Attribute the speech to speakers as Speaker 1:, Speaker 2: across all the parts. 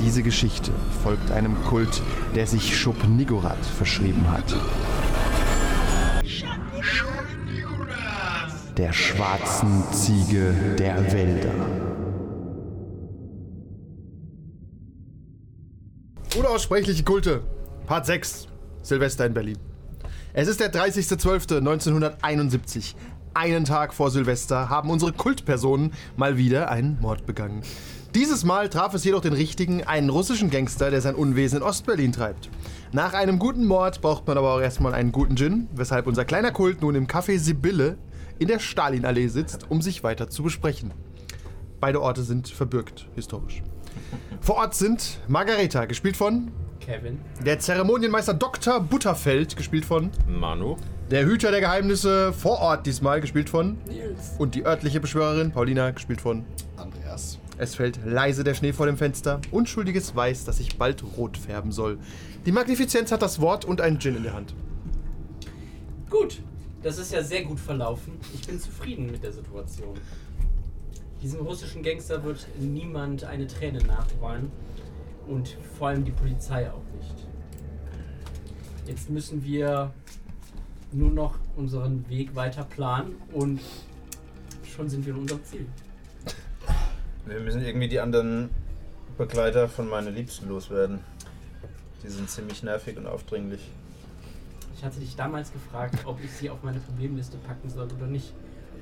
Speaker 1: Diese Geschichte folgt einem Kult, der sich Schub Nigorath verschrieben hat. Der schwarzen Ziege der Wälder.
Speaker 2: Unaussprechliche Kulte, Part 6, Silvester in Berlin. Es ist der 30.12.1971. Einen Tag vor Silvester haben unsere Kultpersonen mal wieder einen Mord begangen. Dieses Mal traf es jedoch den richtigen, einen russischen Gangster, der sein Unwesen in Ostberlin treibt. Nach einem guten Mord braucht man aber auch erstmal einen guten Gin, weshalb unser kleiner Kult nun im Café Sibylle in der Stalinallee sitzt, um sich weiter zu besprechen. Beide Orte sind verbürgt, historisch. Vor Ort sind Margareta, gespielt von
Speaker 3: Kevin.
Speaker 2: Der Zeremonienmeister Dr. Butterfeld, gespielt von
Speaker 3: Manu.
Speaker 2: der Hüter der Geheimnisse vor Ort diesmal, gespielt von und die örtliche Beschwörerin Paulina, gespielt von
Speaker 4: Andreas.
Speaker 2: Es fällt leise der Schnee vor dem Fenster, unschuldiges Weiß, das sich bald rot färben soll. Die Magnifizenz hat das Wort und einen Gin in der Hand.
Speaker 3: Gut, das ist ja sehr gut verlaufen. Ich bin zufrieden mit der Situation. Diesem russischen Gangster wird niemand eine Träne nachweinen und vor allem die Polizei auch nicht. Jetzt müssen wir nur noch unseren Weg weiter planen und schon sind wir in unserem Ziel.
Speaker 5: Wir müssen irgendwie die anderen Begleiter von meinen Liebsten loswerden. Die sind ziemlich nervig und aufdringlich.
Speaker 3: Ich hatte dich damals gefragt, ob ich sie auf meine Problemliste packen soll oder nicht.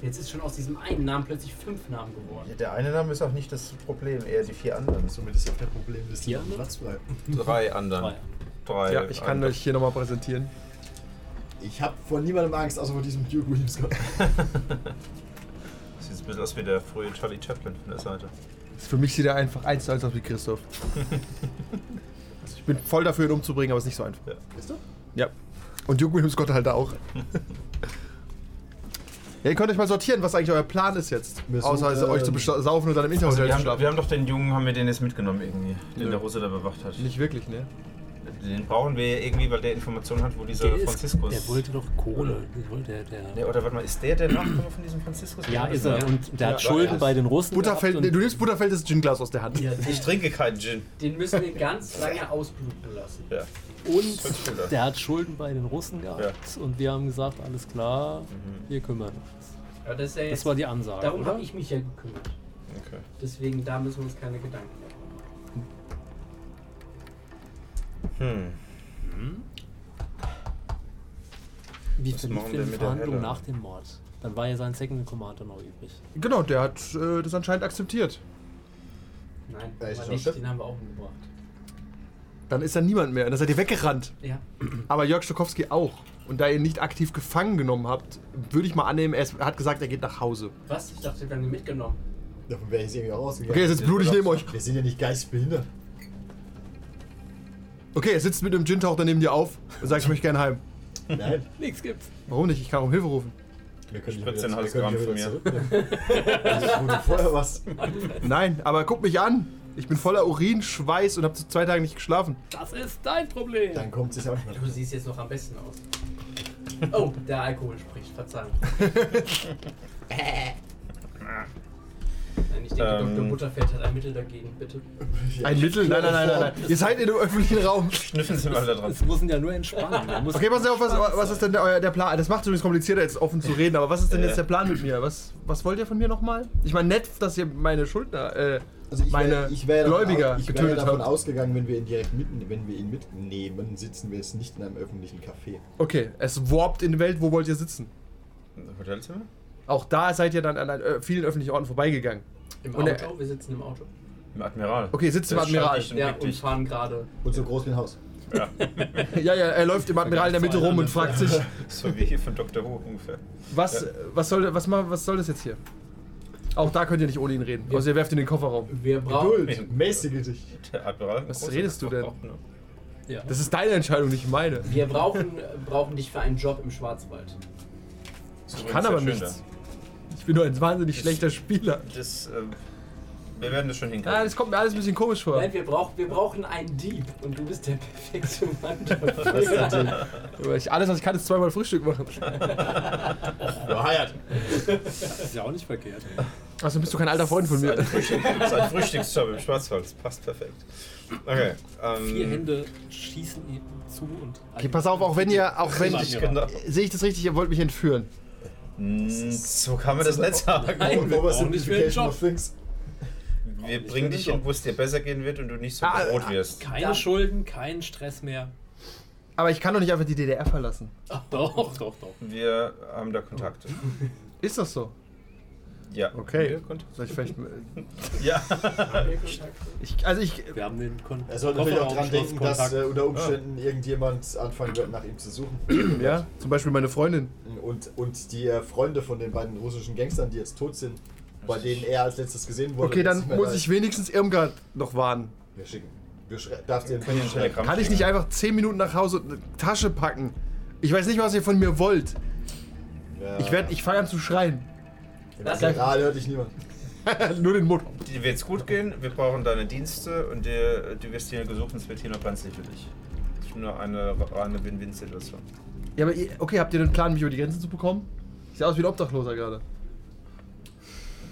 Speaker 3: Jetzt ist schon aus diesem einen Namen plötzlich fünf Namen geworden.
Speaker 5: Der eine Name ist auch nicht das Problem, eher die vier anderen.
Speaker 4: Zumindest auf der Problemliste
Speaker 3: Ja.
Speaker 4: ja. Platz bleiben.
Speaker 5: Drei anderen. Drei.
Speaker 2: Ja, ich kann
Speaker 3: Äh,
Speaker 5: andere.
Speaker 2: euch hier nochmal präsentieren.
Speaker 4: Ich habe vor niemandem Angst, außer vor diesem Hugh Williams Gott.
Speaker 5: Sieht ein bisschen aus wie der frühe Charlie Chaplin von der Seite.
Speaker 2: Für mich sieht er einfach eins zu eins aus wie Christoph. also ich bin voll dafür, ihn umzubringen, aber es ist nicht so einfach.
Speaker 4: Bist du?
Speaker 2: Ja. Und Jürgen Williams Gott halt da auch. ja, ihr könnt euch mal sortieren, was eigentlich euer Plan ist jetzt.
Speaker 4: Wir sind,
Speaker 2: Außer also
Speaker 4: ähm,
Speaker 2: euch zu besaufen und dann im
Speaker 5: Also
Speaker 2: Interhotel
Speaker 5: wir,
Speaker 2: zu
Speaker 5: haben, wir
Speaker 2: schlafen.
Speaker 5: haben doch den Jungen, haben wir den jetzt mitgenommen irgendwie, den
Speaker 2: Nö.
Speaker 5: der Russe da bewacht hat.
Speaker 2: Nicht wirklich, ne?
Speaker 5: Den brauchen wir ja irgendwie, weil der Informationen hat, wo dieser Äh, Franziskus...
Speaker 6: Der wollte doch Kohle. Der wollte, der,
Speaker 5: Nee, oder warte mal, ist der der Nachkomme von diesem Franziskus?
Speaker 6: ja, ist er. Und der hat
Speaker 5: Ja,
Speaker 6: Schulden
Speaker 5: ja.
Speaker 6: bei den Russen.
Speaker 2: Butterfeld,
Speaker 6: gehabt
Speaker 2: nee,
Speaker 6: und
Speaker 2: du nimmst Butterfeld das Ginglas aus der Hand.
Speaker 3: Ja,
Speaker 5: Ich trinke keinen Gin.
Speaker 3: Den müssen wir ganz lange ausbluten lassen.
Speaker 5: Ja.
Speaker 6: und
Speaker 5: Fünf Schüler.
Speaker 6: der hat Schulden bei den Russen gehabt. Und wir haben gesagt, alles klar, wir kümmern uns.
Speaker 3: Aber das ist ja jetzt,
Speaker 6: Das war die Ansage,
Speaker 3: darum
Speaker 6: oder?
Speaker 3: habe ich mich ja gekümmert.
Speaker 5: Okay.
Speaker 3: Deswegen, da müssen wir uns keine Gedanken machen.
Speaker 5: Hm.
Speaker 6: Wie
Speaker 5: Was
Speaker 6: verlief
Speaker 5: machen wir
Speaker 6: denn die
Speaker 5: mit der
Speaker 6: Verhandlung
Speaker 5: Helle?
Speaker 6: nach dem Mord? Dann war ja sein Second in Command noch übrig.
Speaker 2: Genau, der hat äh, das anscheinend akzeptiert.
Speaker 3: Nein,
Speaker 4: Ja, ist
Speaker 3: aber
Speaker 4: schon
Speaker 3: nicht,
Speaker 4: schlimm.
Speaker 3: den haben wir auch umgebracht.
Speaker 2: Dann ist da niemand mehr. Dann seid ihr weggerannt.
Speaker 3: Ja.
Speaker 2: Aber Jörg Stokowski auch. Und da ihr ihn nicht aktiv gefangen genommen habt, würde ich mal annehmen, er ist- er hat gesagt, er geht nach Hause.
Speaker 3: Was? Ich dachte, wir haben ihn mitgenommen.
Speaker 4: Davon wäre ich jetzt irgendwie auch
Speaker 2: Okay, er
Speaker 4: ausgegangen.
Speaker 2: sitzt blutig neben euch.
Speaker 4: Wir sind ja nicht geistbehindert.
Speaker 2: Okay, er sitzt mit dem Gin-Tauch daneben dir auf und sagt, ich möchte gerne heim.
Speaker 4: Nein,
Speaker 6: Nichts gibt's.
Speaker 2: Warum nicht? Ich kann um Hilfe rufen.
Speaker 4: wir können
Speaker 5: Spritze
Speaker 4: wieder-
Speaker 5: den
Speaker 4: wir können
Speaker 5: Halsgraben
Speaker 4: wieder
Speaker 5: von
Speaker 4: zurücknehmen. Das ist, wo du vorher warst.
Speaker 2: Nein, aber guck mich an. Ich bin voller Urin, Schweiß und habe zu zwei Tagen nicht geschlafen.
Speaker 6: Das ist dein Problem.
Speaker 4: Dann kommt es auch nicht
Speaker 3: Du siehst jetzt noch am besten aus. Oh, der Alkohol spricht, Verzeihung. Nein, ich denke,
Speaker 5: Ähm.
Speaker 3: Dr. Butterfeld hat ein Mittel dagegen, bitte.
Speaker 4: mehr.
Speaker 2: Ein Mittel? Nein, nein, nein, nein, nein. Ihr seid in einem öffentlichen Raum.
Speaker 5: Schnüffeln Sie mal da dran.
Speaker 6: Es muss ihn ja nur entspannen. Er muss
Speaker 2: Okay, pass auf, was, was ist denn der, euer, der Plan? Das macht es übrigens komplizierter, jetzt offen zu reden, aber was ist denn jetzt der Plan mit mir? Was, was wollt ihr von mir nochmal? Ich meine, nett, dass ihr meine Schuldner, äh,
Speaker 4: Also ich
Speaker 2: meine
Speaker 4: wär, ich wär davon
Speaker 2: Gläubiger
Speaker 4: au- ich wäre
Speaker 2: getötet
Speaker 4: davon
Speaker 2: habt.
Speaker 4: ausgegangen, wenn wir ihn direkt mitten, wenn wir ihn mitnehmen, sitzen wir jetzt nicht in einem öffentlichen Café.
Speaker 2: Okay, es warpt in die Welt, wo wollt ihr sitzen?
Speaker 5: Hotelzimmer?
Speaker 2: Auch da seid ihr dann an ein, äh, vielen öffentlichen Orten vorbeigegangen.
Speaker 3: Im
Speaker 2: Und
Speaker 3: Auto,
Speaker 2: der-
Speaker 3: wir sitzen im Auto.
Speaker 5: Im Admiral.
Speaker 2: Okay, sitzt im
Speaker 5: Das
Speaker 2: Admiral.
Speaker 5: scheint nicht
Speaker 3: Ja, und
Speaker 5: wirklich-
Speaker 3: fahren gerade.
Speaker 4: Und so groß wie ein Haus.
Speaker 2: Ja, ja, er läuft im Admiral in der Mitte rum und fragt sich,
Speaker 5: So wie hier von Dr. Who ungefähr.
Speaker 2: was, was, soll, was, ma- was soll das jetzt hier? Auch da könnt ihr nicht ohne ihn reden. Also ihr werft ihn in den Kofferraum.
Speaker 3: Wir brauchen.
Speaker 4: Geduld, mäßige dich.
Speaker 5: Der Admiral.
Speaker 2: Was
Speaker 5: große
Speaker 2: redest du denn?
Speaker 5: Kopf auch, ne?
Speaker 6: ja.
Speaker 2: Das ist deine Entscheidung, nicht meine.
Speaker 3: Wir brauchen, brauchen dich für einen Job im Schwarzwald.
Speaker 5: Ist
Speaker 2: Ich
Speaker 5: übrigens
Speaker 2: kann
Speaker 5: sehr
Speaker 2: aber
Speaker 5: schön
Speaker 2: nichts. Ich bin nur ein wahnsinnig
Speaker 5: Das-
Speaker 2: schlechter Spieler.
Speaker 5: da. Das, äh, wir werden das schon hinkriegen.
Speaker 2: Ja, das kommt mir alles ein bisschen komisch vor.
Speaker 3: Nein, wir, brauch, wir brauchen einen Dieb und du bist der perfekte Mann
Speaker 4: Was
Speaker 3: dafür.
Speaker 4: ist denn?
Speaker 2: Aber ich, alles, was ich kann, ist zweimal Frühstück machen.
Speaker 4: Geheiert.
Speaker 6: Das ist ja auch nicht verkehrt.
Speaker 2: Also bist du kein alter Freund von
Speaker 5: Das
Speaker 2: mir.
Speaker 5: ist ein Frühstück- das ist ein Frühstücksjob im Schwarzwald. Das passt perfekt. Okay. Ähm,
Speaker 6: Vier Hände schießen ihm zu und.
Speaker 2: Okay, pass auf, auch wenn ihr, auch wenn,
Speaker 5: Ich genau.
Speaker 2: sehe ich das richtig, ihr wollt mich entführen.
Speaker 5: Mm, So kann man das nicht sagen.
Speaker 6: Nein, wir
Speaker 4: Oversimplification
Speaker 6: brauchen nicht für den
Speaker 4: of
Speaker 6: Job.
Speaker 4: things.
Speaker 5: Wir bringen dich in, wo es dir besser gehen wird und du nicht so
Speaker 2: Ah,
Speaker 5: rot wirst.
Speaker 6: Keine Schulden, keinen Stress mehr.
Speaker 2: Aber ich kann doch nicht einfach die DDR verlassen.
Speaker 6: Doch, doch, doch.
Speaker 5: Wir haben da Kontakte.
Speaker 2: Ist das so?
Speaker 5: Ja.
Speaker 2: Okay.
Speaker 5: Wir Kontakte?
Speaker 2: Soll ich vielleicht.
Speaker 5: Ja.
Speaker 2: Ich, also ich.
Speaker 6: Wir haben den Kon
Speaker 4: Er sollte natürlich auch dran denken, dass
Speaker 6: Kofferraumschlosskontakt.
Speaker 4: äh, unter Umständen irgendjemand anfangen wird, nach ihm zu suchen.
Speaker 2: Ja, zum Beispiel meine Freundin.
Speaker 4: Und, und die äh, Freunde von den beiden russischen Gangstern, die jetzt tot sind, bei denen er als letztes gesehen wurde.
Speaker 2: Okay,
Speaker 4: jetzt
Speaker 2: dann
Speaker 4: nicht mehr
Speaker 2: muss
Speaker 4: da
Speaker 2: ich
Speaker 4: ist.
Speaker 2: wenigstens Irmgard noch warnen.
Speaker 4: Wir schicken. Wir schre- darfst dir ein
Speaker 5: Kann ich ein
Speaker 4: Päckchen schreiben.
Speaker 5: Telegramm
Speaker 2: Kann ich nicht
Speaker 5: schicken?
Speaker 2: einfach 10 Minuten nach Hause und eine Tasche packen? Ich weiß nicht, was ihr von mir wollt.
Speaker 4: Ja.
Speaker 2: Ich werde, ich fange an zu schreien.
Speaker 4: Das gerade hört dich niemand.
Speaker 2: Nur den Mund.
Speaker 5: Dir wird's gut gehen, wir brauchen deine Dienste und dir, du wirst hier gesucht und es wird hier noch ganz sicherlich. Das ist nur eine reine Win-Win-Situation.
Speaker 2: Ja, aber ihr, okay, habt ihr den Plan, mich über die Grenze zu bekommen? Ich sehe aus wie ein Obdachloser gerade.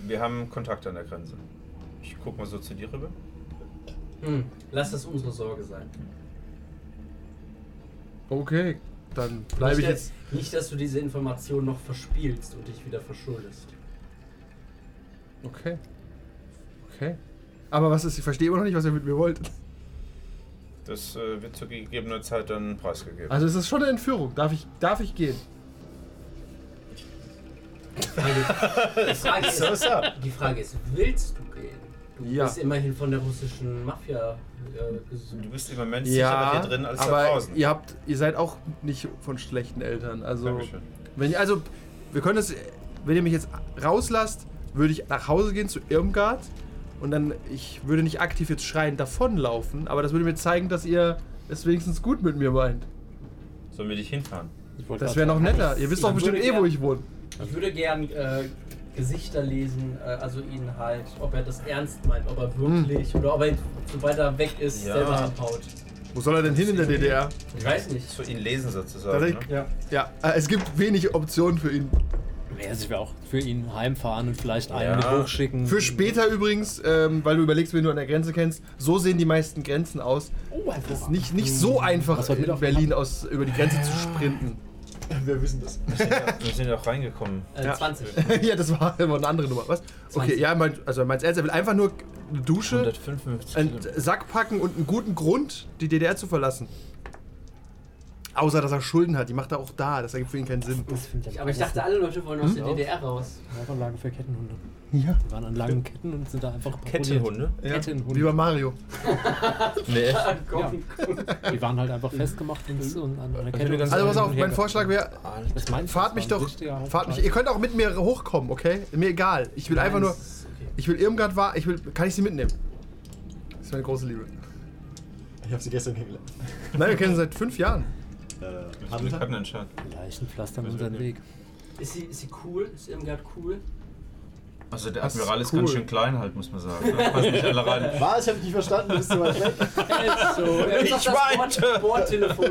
Speaker 5: Wir haben Kontakt an der Grenze. Ich guck mal so zu dir rüber.
Speaker 3: Hm, lass das unsere Sorge sein.
Speaker 2: Okay, dann bleibe
Speaker 3: nicht,
Speaker 2: ich jetzt.
Speaker 3: Dass, nicht, dass du diese Information noch verspielst und dich wieder verschuldest.
Speaker 2: Okay. Okay. Aber was ist, ich verstehe immer noch nicht, was ihr mit mir wollt.
Speaker 5: Das äh, wird zu gegebener Zeit dann preisgegeben.
Speaker 2: Also es ist schon eine Entführung. Darf ich, darf ich gehen?
Speaker 3: Die Frage
Speaker 5: Also-
Speaker 3: ist, die Frage ist willst du gehen? Du
Speaker 2: Ja.
Speaker 3: bist immerhin von der russischen Mafia äh,
Speaker 5: du
Speaker 3: gesucht.
Speaker 5: bist immer Mensch sicherer hier drin als
Speaker 2: aber
Speaker 5: da draußen.
Speaker 2: ihr habt, ihr seid auch nicht von schlechten Eltern. Also,
Speaker 5: Dankeschön.
Speaker 2: wenn ihr, also, wir können das, wenn ihr mich jetzt rauslasst, würde ich nach Hause gehen zu Irmgard und dann, ich würde nicht aktiv jetzt schreien davonlaufen, aber das würde mir zeigen, dass ihr es wenigstens gut mit mir meint.
Speaker 5: Sollen wir dich hinfahren?
Speaker 6: Ich wollte
Speaker 2: Das
Speaker 6: gerade
Speaker 2: wäre noch
Speaker 6: sagen,
Speaker 2: netter. Ihr wisst doch
Speaker 3: Ich
Speaker 2: bestimmt
Speaker 3: würde
Speaker 2: eh, wo
Speaker 3: gern-
Speaker 2: ich wohne.
Speaker 3: Ich würde gern äh, Gesichter lesen, äh, also ihn halt, ob er das ernst meint, ob er wirklich
Speaker 2: Hm.
Speaker 3: oder ob er, sobald er weg ist,
Speaker 5: Ja.
Speaker 3: selber abhaut.
Speaker 2: Wo soll er denn hin in der
Speaker 5: eh
Speaker 2: DDR?
Speaker 5: ne?
Speaker 3: Ich weiß nicht.
Speaker 5: Zu ihnen lesen sozusagen.
Speaker 2: Tatsächlich-
Speaker 5: Ne?
Speaker 2: Ja. ja, äh, es gibt wenig Optionen für ihn.
Speaker 4: äh,
Speaker 6: Ja, also ich wäre auch für ihn heimfahren und vielleicht einen
Speaker 5: Ja.
Speaker 6: mit hochschicken.
Speaker 2: Für später übrigens, ähm, weil du überlegst, wen du an der Grenze kennst, so sehen die meisten Grenzen aus.
Speaker 6: Oh, einfach
Speaker 2: Es ist nicht, nicht so einfach,
Speaker 6: Hm. Was wollt ihr
Speaker 2: in
Speaker 6: davon
Speaker 2: Berlin aus, über die Grenze
Speaker 6: Ah.
Speaker 2: zu sprinten.
Speaker 4: Wir wissen das.
Speaker 5: Wir sind ja auch reingekommen.
Speaker 3: Äh,
Speaker 6: Also
Speaker 2: Ja.
Speaker 3: 20.
Speaker 2: ja, das war immer eine andere Nummer. Was? Okay,
Speaker 3: 20.
Speaker 2: ja, mein, also er meint's ernst, er will einfach nur eine Dusche,
Speaker 5: 155
Speaker 2: einen Sack packen und einen guten Grund, die DDR zu verlassen. Außer, dass er Schulden hat. Die macht er auch da. Das ergibt für ihn keinen Sinn.
Speaker 6: Das finde
Speaker 3: Aber ich dachte, alle Leute wollen aus
Speaker 2: Hm?
Speaker 3: der DDR raus.
Speaker 6: Rauchanlage für Kettenhunde.
Speaker 2: Ja.
Speaker 6: Die waren an langen Ketten und sind da einfach
Speaker 5: Kettenhunde?
Speaker 6: parodiert. Kettenhunde.
Speaker 2: Wie bei Mario.
Speaker 5: Nee.
Speaker 3: Ah, komm, komm.
Speaker 6: Die waren halt einfach festgemacht und, und an einer
Speaker 5: Also
Speaker 6: Kette.
Speaker 5: pass
Speaker 2: Also pass
Speaker 5: Hin
Speaker 2: auf,
Speaker 5: und
Speaker 2: mein Vorschlag wäre,
Speaker 6: Das meinst du,
Speaker 2: fahrt
Speaker 6: das
Speaker 2: mich
Speaker 6: war ein
Speaker 2: doch.
Speaker 6: richtiger
Speaker 2: Fahrt mich.
Speaker 6: Hauptteil.
Speaker 2: Ihr könnt auch mit mir hochkommen, okay? Mir egal. Ich will einfach nur. Ich will Irmgard war. Ich will. Kann ich sie mitnehmen? Das ist meine große Liebe.
Speaker 4: Ich habe sie gestern kennengelernt.
Speaker 2: Nein, wir kennen sie seit fünf Jahren.
Speaker 4: Äh,
Speaker 5: Ich
Speaker 4: Handel?
Speaker 5: kann entscheiden.
Speaker 6: Leichen pflastern
Speaker 2: Also
Speaker 6: unseren Weg.
Speaker 3: Ist sie, ist sie cool? Ist Irmgard cool?
Speaker 5: Also der
Speaker 2: Das ist
Speaker 5: Admiral ist
Speaker 2: cool.
Speaker 5: ganz schön klein halt, muss man sagen. ne? Passen nicht alle rein.
Speaker 4: Was? Ich habe nicht verstanden. Bist du weit weg?
Speaker 3: Also, er ist
Speaker 5: Oh, Ich
Speaker 3: auf das
Speaker 5: meinte-
Speaker 3: Bord- Bordtelefon.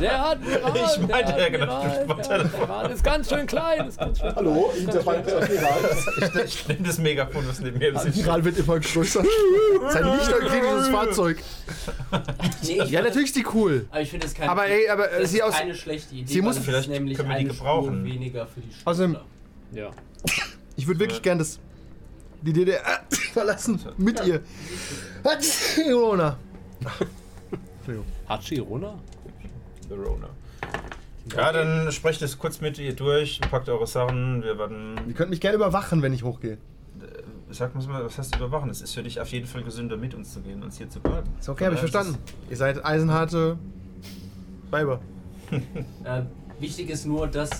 Speaker 6: Der hat
Speaker 5: Ich meinte, ja, genau, ich meinte-
Speaker 6: ist ganz schön klein. Ist ganz schön
Speaker 4: Hallo,
Speaker 6: klein.
Speaker 4: Interbank Admiral.
Speaker 5: Ich nehme das Megafon, was neben mir ist. Ich
Speaker 2: Admiral wird immer größer. Sein nicht kritisches Fahrzeug.
Speaker 3: Nee, ich
Speaker 2: Ja,
Speaker 3: find das-
Speaker 2: natürlich ist die cool.
Speaker 3: Aber ich finde es keine.
Speaker 2: Aber ey, aber äh,
Speaker 3: das
Speaker 2: sie
Speaker 3: ist
Speaker 2: aus.
Speaker 3: keine schlechte Idee.
Speaker 2: sie muss- Also-
Speaker 3: weil es
Speaker 5: Vielleicht
Speaker 3: ist nämlich
Speaker 5: können wir die
Speaker 3: eine
Speaker 5: gebrauchen.
Speaker 3: Spur weniger für die Schule.
Speaker 2: Außerdem,
Speaker 6: Ja.
Speaker 2: ich würde wirklich gern das. Die DDR verlassen. Mit ihr. Corona.
Speaker 6: Hachirona?
Speaker 5: Verona. Ja, dann sprecht es kurz mit ihr durch, packt eure Sachen, wir
Speaker 2: Ihr
Speaker 5: werden... äh,
Speaker 2: könnt mich gerne überwachen, wenn ich hochgehe.
Speaker 5: Sag mal, was heißt überwachen? Es ist für dich auf jeden Fall gesünder, mit uns zu gehen, uns hier zu bleiben.
Speaker 2: Ist okay, habe ich
Speaker 5: Von daher
Speaker 2: verstanden. Ihr seid eisenharte Weiber.
Speaker 3: Äh, wichtig ist nur, dass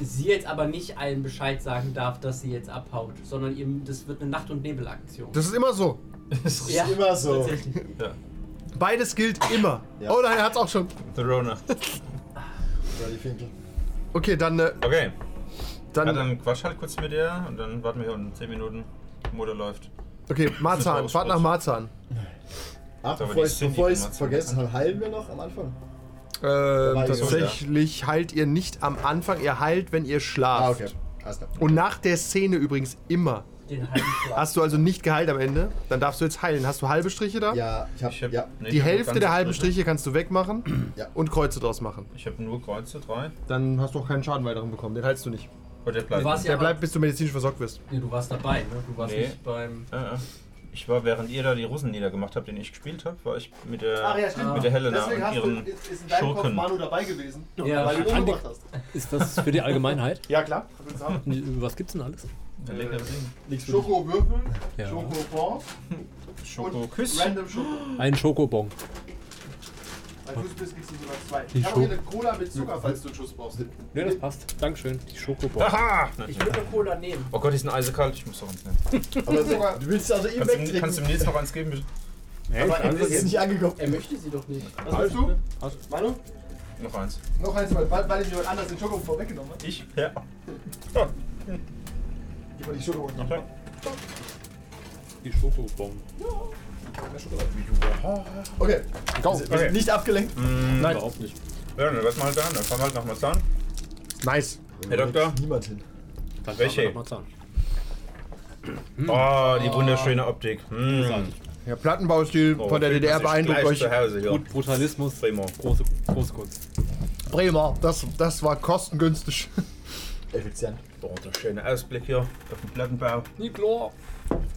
Speaker 3: sie jetzt aber nicht allen Bescheid sagen darf, dass sie jetzt abhaut, sondern eben, das wird eine Nacht- und Nebelaktion.
Speaker 2: Das ist immer so.
Speaker 5: ist es-
Speaker 3: ja,
Speaker 4: immer so.
Speaker 3: tatsächlich.
Speaker 5: Ja.
Speaker 2: Beides gilt immer.
Speaker 4: Ja.
Speaker 2: Oh nein, er hat's auch schon.
Speaker 5: Verona.
Speaker 4: Ja, die Finkel.
Speaker 2: Okay, dann, äh,
Speaker 5: Okay, ja,
Speaker 2: dann.
Speaker 5: dann quatsch halt kurz mit ihr und dann warten wir hier unten 10 Minuten. Motor läuft.
Speaker 2: Okay,
Speaker 5: Das
Speaker 2: Marzahn.
Speaker 5: ist
Speaker 2: Fahrt nach
Speaker 5: raus.
Speaker 2: Marzahn.
Speaker 4: Ach,
Speaker 5: Aber die
Speaker 4: bevor ich
Speaker 5: sind die
Speaker 4: es
Speaker 5: Information
Speaker 4: vergessen habe, heilen wir noch am Anfang?
Speaker 2: Ähm,
Speaker 4: war ich
Speaker 2: tatsächlich heilt ihr nicht am Anfang, ihr heilt, wenn ihr schlaft.
Speaker 4: Ah, okay. Alles klar.
Speaker 2: Und nach der Szene übrigens immer.
Speaker 3: Den halben
Speaker 5: Ah.
Speaker 3: Schlag.
Speaker 2: Hast du also nicht geheilt am Ende, dann darfst du jetzt heilen. Hast du halbe Striche da?
Speaker 4: Ja, ich habe.
Speaker 5: Ich hab,
Speaker 4: ja,
Speaker 5: nee,
Speaker 2: Die
Speaker 5: ich hab nur
Speaker 2: Hälfte
Speaker 5: ganze
Speaker 2: der halben
Speaker 5: Striche.
Speaker 2: Striche kannst du wegmachen
Speaker 4: Ja.
Speaker 2: und Kreuze draus machen.
Speaker 5: Ich habe nur Kreuze, drei.
Speaker 2: Dann hast du auch keinen Schaden weiteren bekommen, den heilst du nicht.
Speaker 5: Und der bleibt.
Speaker 3: Du warst
Speaker 2: Der
Speaker 3: ja
Speaker 2: bleibt, bis du medizinisch versorgt wirst.
Speaker 3: Nee, du warst dabei, ne? Du warst
Speaker 5: Nee.
Speaker 3: nicht beim.
Speaker 5: Äh, äh. Ich war, während ihr da die Russen niedergemacht habt, den ich gespielt habe, war ich mit der,
Speaker 4: Ach ja, stimmt.
Speaker 5: mit der Helena
Speaker 4: Deswegen
Speaker 5: und
Speaker 4: hast du,
Speaker 5: ihren
Speaker 4: ist, ist in deinem Kopf
Speaker 5: Schurken.
Speaker 4: Manu dabei gewesen,
Speaker 3: Ja.
Speaker 4: weil du ihn
Speaker 6: Andi-
Speaker 4: umgebracht hast.
Speaker 6: Ist das für die Allgemeinheit?
Speaker 4: Ja, klar. hat uns auch-
Speaker 6: Was gibt's denn alles?
Speaker 5: Ein leckeres Ding.
Speaker 4: Schokowürfel,
Speaker 6: Ja.
Speaker 4: Schokobon und
Speaker 5: Schokoküss.
Speaker 4: Random Schoko.
Speaker 6: Ein Schokobon.
Speaker 4: Bei Fußbiss kriegst du sogar zwei.
Speaker 6: Die
Speaker 4: Ich habe hier
Speaker 6: Schoko-
Speaker 4: eine Cola mit Zucker, falls du einen Schuss brauchst.
Speaker 6: Nö, das passt. Dankeschön. Die Schokobon.
Speaker 5: Aha!
Speaker 3: Ich würde eine Cola nehmen.
Speaker 5: Oh Gott, die sind eisekalt. Ich muss doch eins nehmen.
Speaker 4: Aber Zucker, du willst also eben
Speaker 5: Kannst du,
Speaker 4: wegtrinken.
Speaker 5: kannst du dem Nils noch eins geben, bitte?
Speaker 4: aber ein anderes ist nicht angekommen.
Speaker 3: Er möchte sie doch nicht.
Speaker 4: Was hast du? Manu?
Speaker 5: Noch eins.
Speaker 4: Noch eins, weil, weil weil ich jemand anders den Schoko vorweggenommen habe.
Speaker 5: Ich? Ja.
Speaker 4: Gib mal die Schoko noch.
Speaker 5: Okay.
Speaker 6: Die Schokobon.
Speaker 4: Okay. Go. Wir sind
Speaker 5: Okay.
Speaker 4: nicht abgelenkt.
Speaker 6: Nein. Überhaupt nicht.
Speaker 5: Ja, dann lassen wir halt da an. Dann fahren wir halt nach Marzahn.
Speaker 2: Nice.
Speaker 5: Herr Doktor.
Speaker 4: Niemand hin.
Speaker 6: Dann
Speaker 5: Welche?
Speaker 6: fahren wir nach Marzahn.
Speaker 2: Hm.
Speaker 5: Oh, die wunderschöne Optik. Hm.
Speaker 2: Der Plattenbaustil
Speaker 5: Oh,
Speaker 2: von der
Speaker 5: fühlt
Speaker 2: DDR
Speaker 5: man sich
Speaker 2: beeindruckt
Speaker 5: gleich
Speaker 2: euch.
Speaker 5: Zu Hause, ja.
Speaker 6: Gut, Brutalismus.
Speaker 5: Primo.
Speaker 6: Große, große Kunst.
Speaker 2: Bremer, das, das war kostengünstig.
Speaker 4: Effizient.
Speaker 5: Oh, der schöne Ausblick hier auf den Plattenbau.
Speaker 6: Niklor.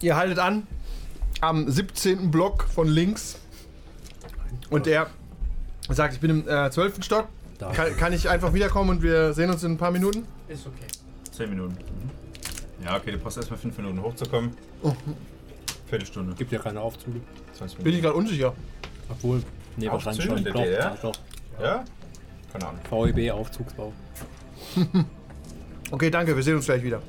Speaker 2: Ihr haltet an am 17. Block von links. Und er sagt, ich bin im äh, 12. Stock.
Speaker 6: Da.
Speaker 2: Kann, kann ich einfach wiederkommen und wir sehen uns in ein paar Minuten?
Speaker 3: Ist okay.
Speaker 5: Zehn Minuten. Mhm. Ja, okay, du brauchst erstmal fünf Minuten hochzukommen. Viertelstunde.
Speaker 6: Gibt ja keine Aufzüge.
Speaker 5: 20
Speaker 2: Oh. Bin ich
Speaker 5: Minuten.
Speaker 2: gerade unsicher.
Speaker 6: Obwohl. Nee,
Speaker 5: Aufzüge
Speaker 6: wahrscheinlich schon.
Speaker 5: in der
Speaker 6: Doch,
Speaker 5: DDR?
Speaker 6: doch.
Speaker 5: Ja? Keine Ahnung.
Speaker 6: VEB Aufzugsbau.
Speaker 2: Okay, danke, wir sehen uns gleich wieder.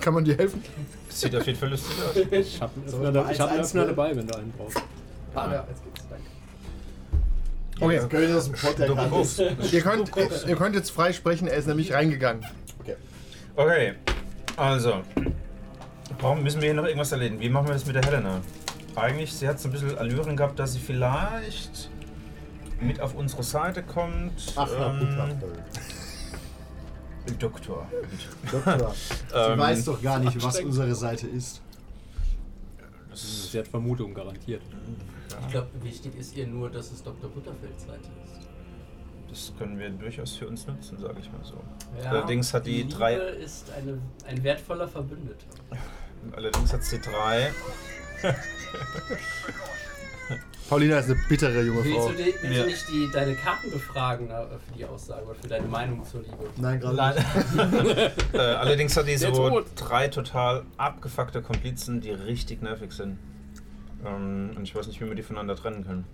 Speaker 2: Kann man dir helfen?
Speaker 5: Das sieht auf jeden Fall lustig aus.
Speaker 6: Ich habe einen Öffner, da- ich hab einen Öffner dabei, wenn du einen brauchst.
Speaker 4: Ja, jetzt geht's. Danke.
Speaker 2: Okay,
Speaker 4: Gönn aus dem Pott, der
Speaker 5: Dumme
Speaker 4: gerade
Speaker 5: Hof.
Speaker 4: ist.
Speaker 2: ihr könnt, ihr könnt jetzt frei sprechen, er ist nämlich reingegangen.
Speaker 4: Okay.
Speaker 5: Okay, also. Warum müssen wir hier noch irgendwas erledigen? Wie machen wir das mit der Helena? Eigentlich, sie hat so ein bisschen Allüren gehabt, dass sie vielleicht mit auf unsere Seite kommt.
Speaker 4: Ach, na gut,
Speaker 5: Ähm,
Speaker 4: Achtung.
Speaker 5: Doktor.
Speaker 4: Doktor.
Speaker 5: Ähm,
Speaker 4: Du weißt doch gar nicht, was unsere Seite ist.
Speaker 6: Sie hat Vermutungen garantiert.
Speaker 3: Ich glaube, wichtig ist ihr nur, dass es Dr. Butterfelds Seite ist.
Speaker 5: Das können wir durchaus für uns nutzen, sage ich mal so.
Speaker 3: Ja,
Speaker 5: Allerdings hat die
Speaker 3: Liebe
Speaker 5: drei-
Speaker 3: ist eine, ein wertvoller Verbündeter.
Speaker 5: Allerdings hat sie drei.
Speaker 2: Paulina ist eine bittere junge
Speaker 3: Willst
Speaker 2: Frau.
Speaker 3: du, die, willst
Speaker 5: Ja.
Speaker 3: du nicht die, deine Karten befragen äh, für die Aussage oder für deine Meinung zur Liebe?
Speaker 4: Nein, gerade
Speaker 5: Nein. äh, allerdings hat die
Speaker 6: Der ist
Speaker 5: so
Speaker 6: tot.
Speaker 5: drei total abgefuckte Komplizen, die richtig nervig sind. Ähm, und ich weiß nicht, wie wir die voneinander trennen können.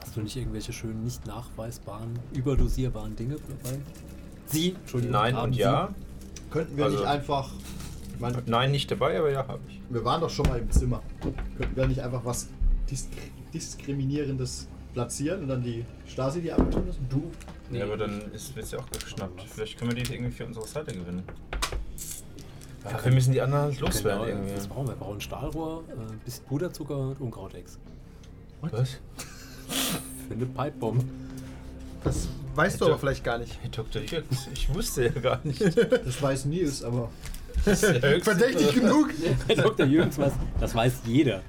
Speaker 6: Hast du nicht irgendwelche schönen, nicht nachweisbaren, überdosierbaren Dinge dabei? Sie, Entschuldigung.
Speaker 5: Nein
Speaker 6: haben
Speaker 5: und
Speaker 6: Sie-
Speaker 5: ja.
Speaker 4: nicht. Könnten wir
Speaker 5: Also-
Speaker 4: nicht einfach. Ich meine,
Speaker 5: Nein nicht dabei, aber ja, habe ich.
Speaker 4: wir waren doch schon mal im Zimmer. Könnten wir nicht einfach was disk Diskriminierendes platzieren und dann die Stasi die abtun lassen? Du?
Speaker 5: Ja, aber dann ist, wird sie auch geschnappt. Vielleicht können wir die irgendwie für unsere Seite gewinnen. Ja, wir müssen die anderen halt
Speaker 6: Genau,
Speaker 5: loswerden
Speaker 6: was
Speaker 5: irgendwie.
Speaker 6: brauchen wir? Wir brauchen Stahlrohr, äh, ein bisschen Puderzucker und Unkrautex.
Speaker 5: Was?
Speaker 6: Für eine Pipebomb.
Speaker 2: Das weißt du
Speaker 5: Hätte-
Speaker 2: aber vielleicht gar nicht.
Speaker 5: Hey, Dr. Dirks, ich wusste ja gar nicht.
Speaker 4: Das weiß Nils, aber.
Speaker 5: Das ist ja höchst-
Speaker 2: Verdächtig genug!
Speaker 6: Herr Dr. Jürgens weiß, das weiß jeder.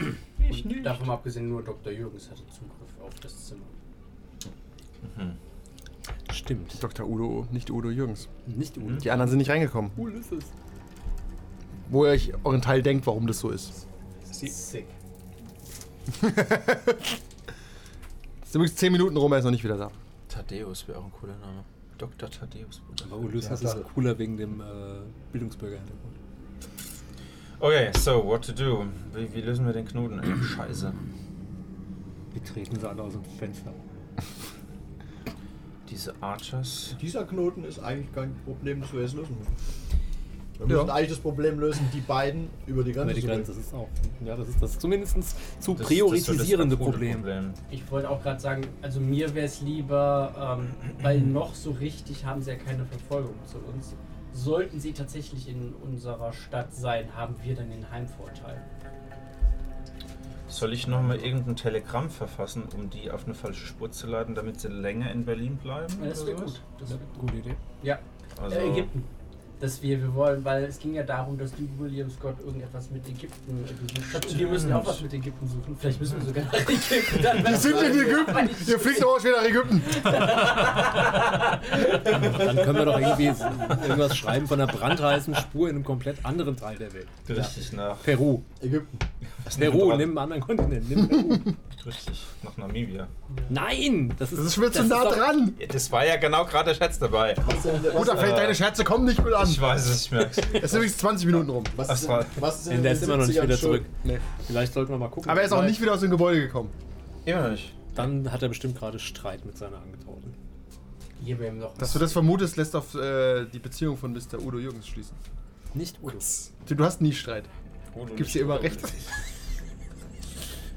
Speaker 3: Und davon abgesehen, nur Dr. Jürgens hatte Zugriff auf das Zimmer.
Speaker 6: Stimmt.
Speaker 2: Dr. Udo, nicht Udo Jürgens.
Speaker 6: Nicht Udo.
Speaker 2: Die anderen sind nicht reingekommen.
Speaker 6: Ulysses.
Speaker 2: Wo ihr euch euren Teil denkt, warum das so ist.
Speaker 3: Sick.
Speaker 2: Es Ist übrigens 10 Minuten rum, er ist noch nicht wieder da.
Speaker 5: Thaddeus wäre auch ein cooler Name. Dr. Thaddeus, Bruder.
Speaker 6: Aber Oh, Ulysses
Speaker 4: Ja,
Speaker 6: ist
Speaker 4: klar.
Speaker 6: cooler wegen dem äh, Bildungsbürgerhintergrund.
Speaker 5: Okay, so, what to do? Wie, wie lösen wir den Knoten? Ey, Scheiße.
Speaker 6: Wir treten sie alle aus dem Fenster.
Speaker 5: Diese Archers.
Speaker 4: Dieser Knoten ist eigentlich kein Problem, das wir jetzt lösen müssen. Wir
Speaker 2: Ja.
Speaker 4: müssen eigentlich das Problem lösen, die beiden über die
Speaker 6: Über
Speaker 4: Grenze
Speaker 6: die
Speaker 4: zu
Speaker 6: Grenze,
Speaker 4: bringen.
Speaker 6: das ist auch. Ja, das ist das zumindest zu
Speaker 5: Das-
Speaker 6: priorisierende
Speaker 5: das ist so das akute
Speaker 6: Problem.
Speaker 3: Ich wollte auch gerade sagen, also mir wäre es lieber, ähm, weil noch so richtig haben sie ja keine Verfolgung zu uns. Sollten sie tatsächlich in unserer Stadt sein, haben wir dann den Heimvorteil.
Speaker 5: Soll ich nochmal irgendein Telegramm verfassen, um die auf eine falsche Spur zu leiten, damit sie länger in Berlin bleiben?
Speaker 3: Das
Speaker 5: oder
Speaker 3: wäre
Speaker 5: sowas?
Speaker 3: gut. Das wär gut.
Speaker 6: Gute Idee.
Speaker 3: Ja,
Speaker 5: Also,
Speaker 3: äh, Ägypten. Dass wir, wir wollen, weil es ging ja darum, dass du, William Scott, irgendetwas mit Ägypten gesucht hast. Und wir müssen ja auch was mit Ägypten suchen. Vielleicht müssen wir sogar nach Ägypten. Dann
Speaker 2: Wir sind in Ägypten!
Speaker 3: Äh,
Speaker 2: Ihr fliegt doch auch schon wieder nach Ägypten!
Speaker 6: Dann können wir doch irgendwie so irgendwas schreiben von einer brandheißen Spur in einem komplett anderen Teil der Welt.
Speaker 5: richtig nach.
Speaker 6: Peru.
Speaker 4: Ägypten.
Speaker 5: Was
Speaker 6: Peru,
Speaker 5: nach-
Speaker 6: nimm einen anderen Kontinent. Nimm Peru.
Speaker 5: Richtig, nach Namibia.
Speaker 6: Nein! Das ist,
Speaker 2: Das ist schon wieder zu nah
Speaker 6: doch-
Speaker 2: dran!
Speaker 5: Ja, das war ja genau gerade der Schatz dabei.
Speaker 4: Was, ist denn-
Speaker 2: Gut, da
Speaker 4: was,
Speaker 2: fällt deine Scherze kommen nicht gut an.
Speaker 5: Ich weiß es, ich merke es.
Speaker 2: Es ist übrigens 20 Minuten rum.
Speaker 4: was,
Speaker 5: Das
Speaker 4: ist
Speaker 5: war-
Speaker 4: denn, was ist denn
Speaker 6: Denn der ist immer noch nicht
Speaker 4: 70ern
Speaker 6: wieder
Speaker 4: schuld?
Speaker 6: zurück. Vielleicht sollten wir mal gucken.
Speaker 2: Aber er ist auch nicht wieder aus dem Gebäude gekommen.
Speaker 5: Immer noch nicht.
Speaker 6: Dann hat er bestimmt gerade Streit mit seiner Angetrauten.
Speaker 3: Hier wäre noch
Speaker 2: Dass du das vermutest, lässt auf äh, die Beziehung von Mr. Udo Jürgens schließen.
Speaker 6: Nicht Udo.
Speaker 2: Du hast nie Streit. Gibt's dir immer recht?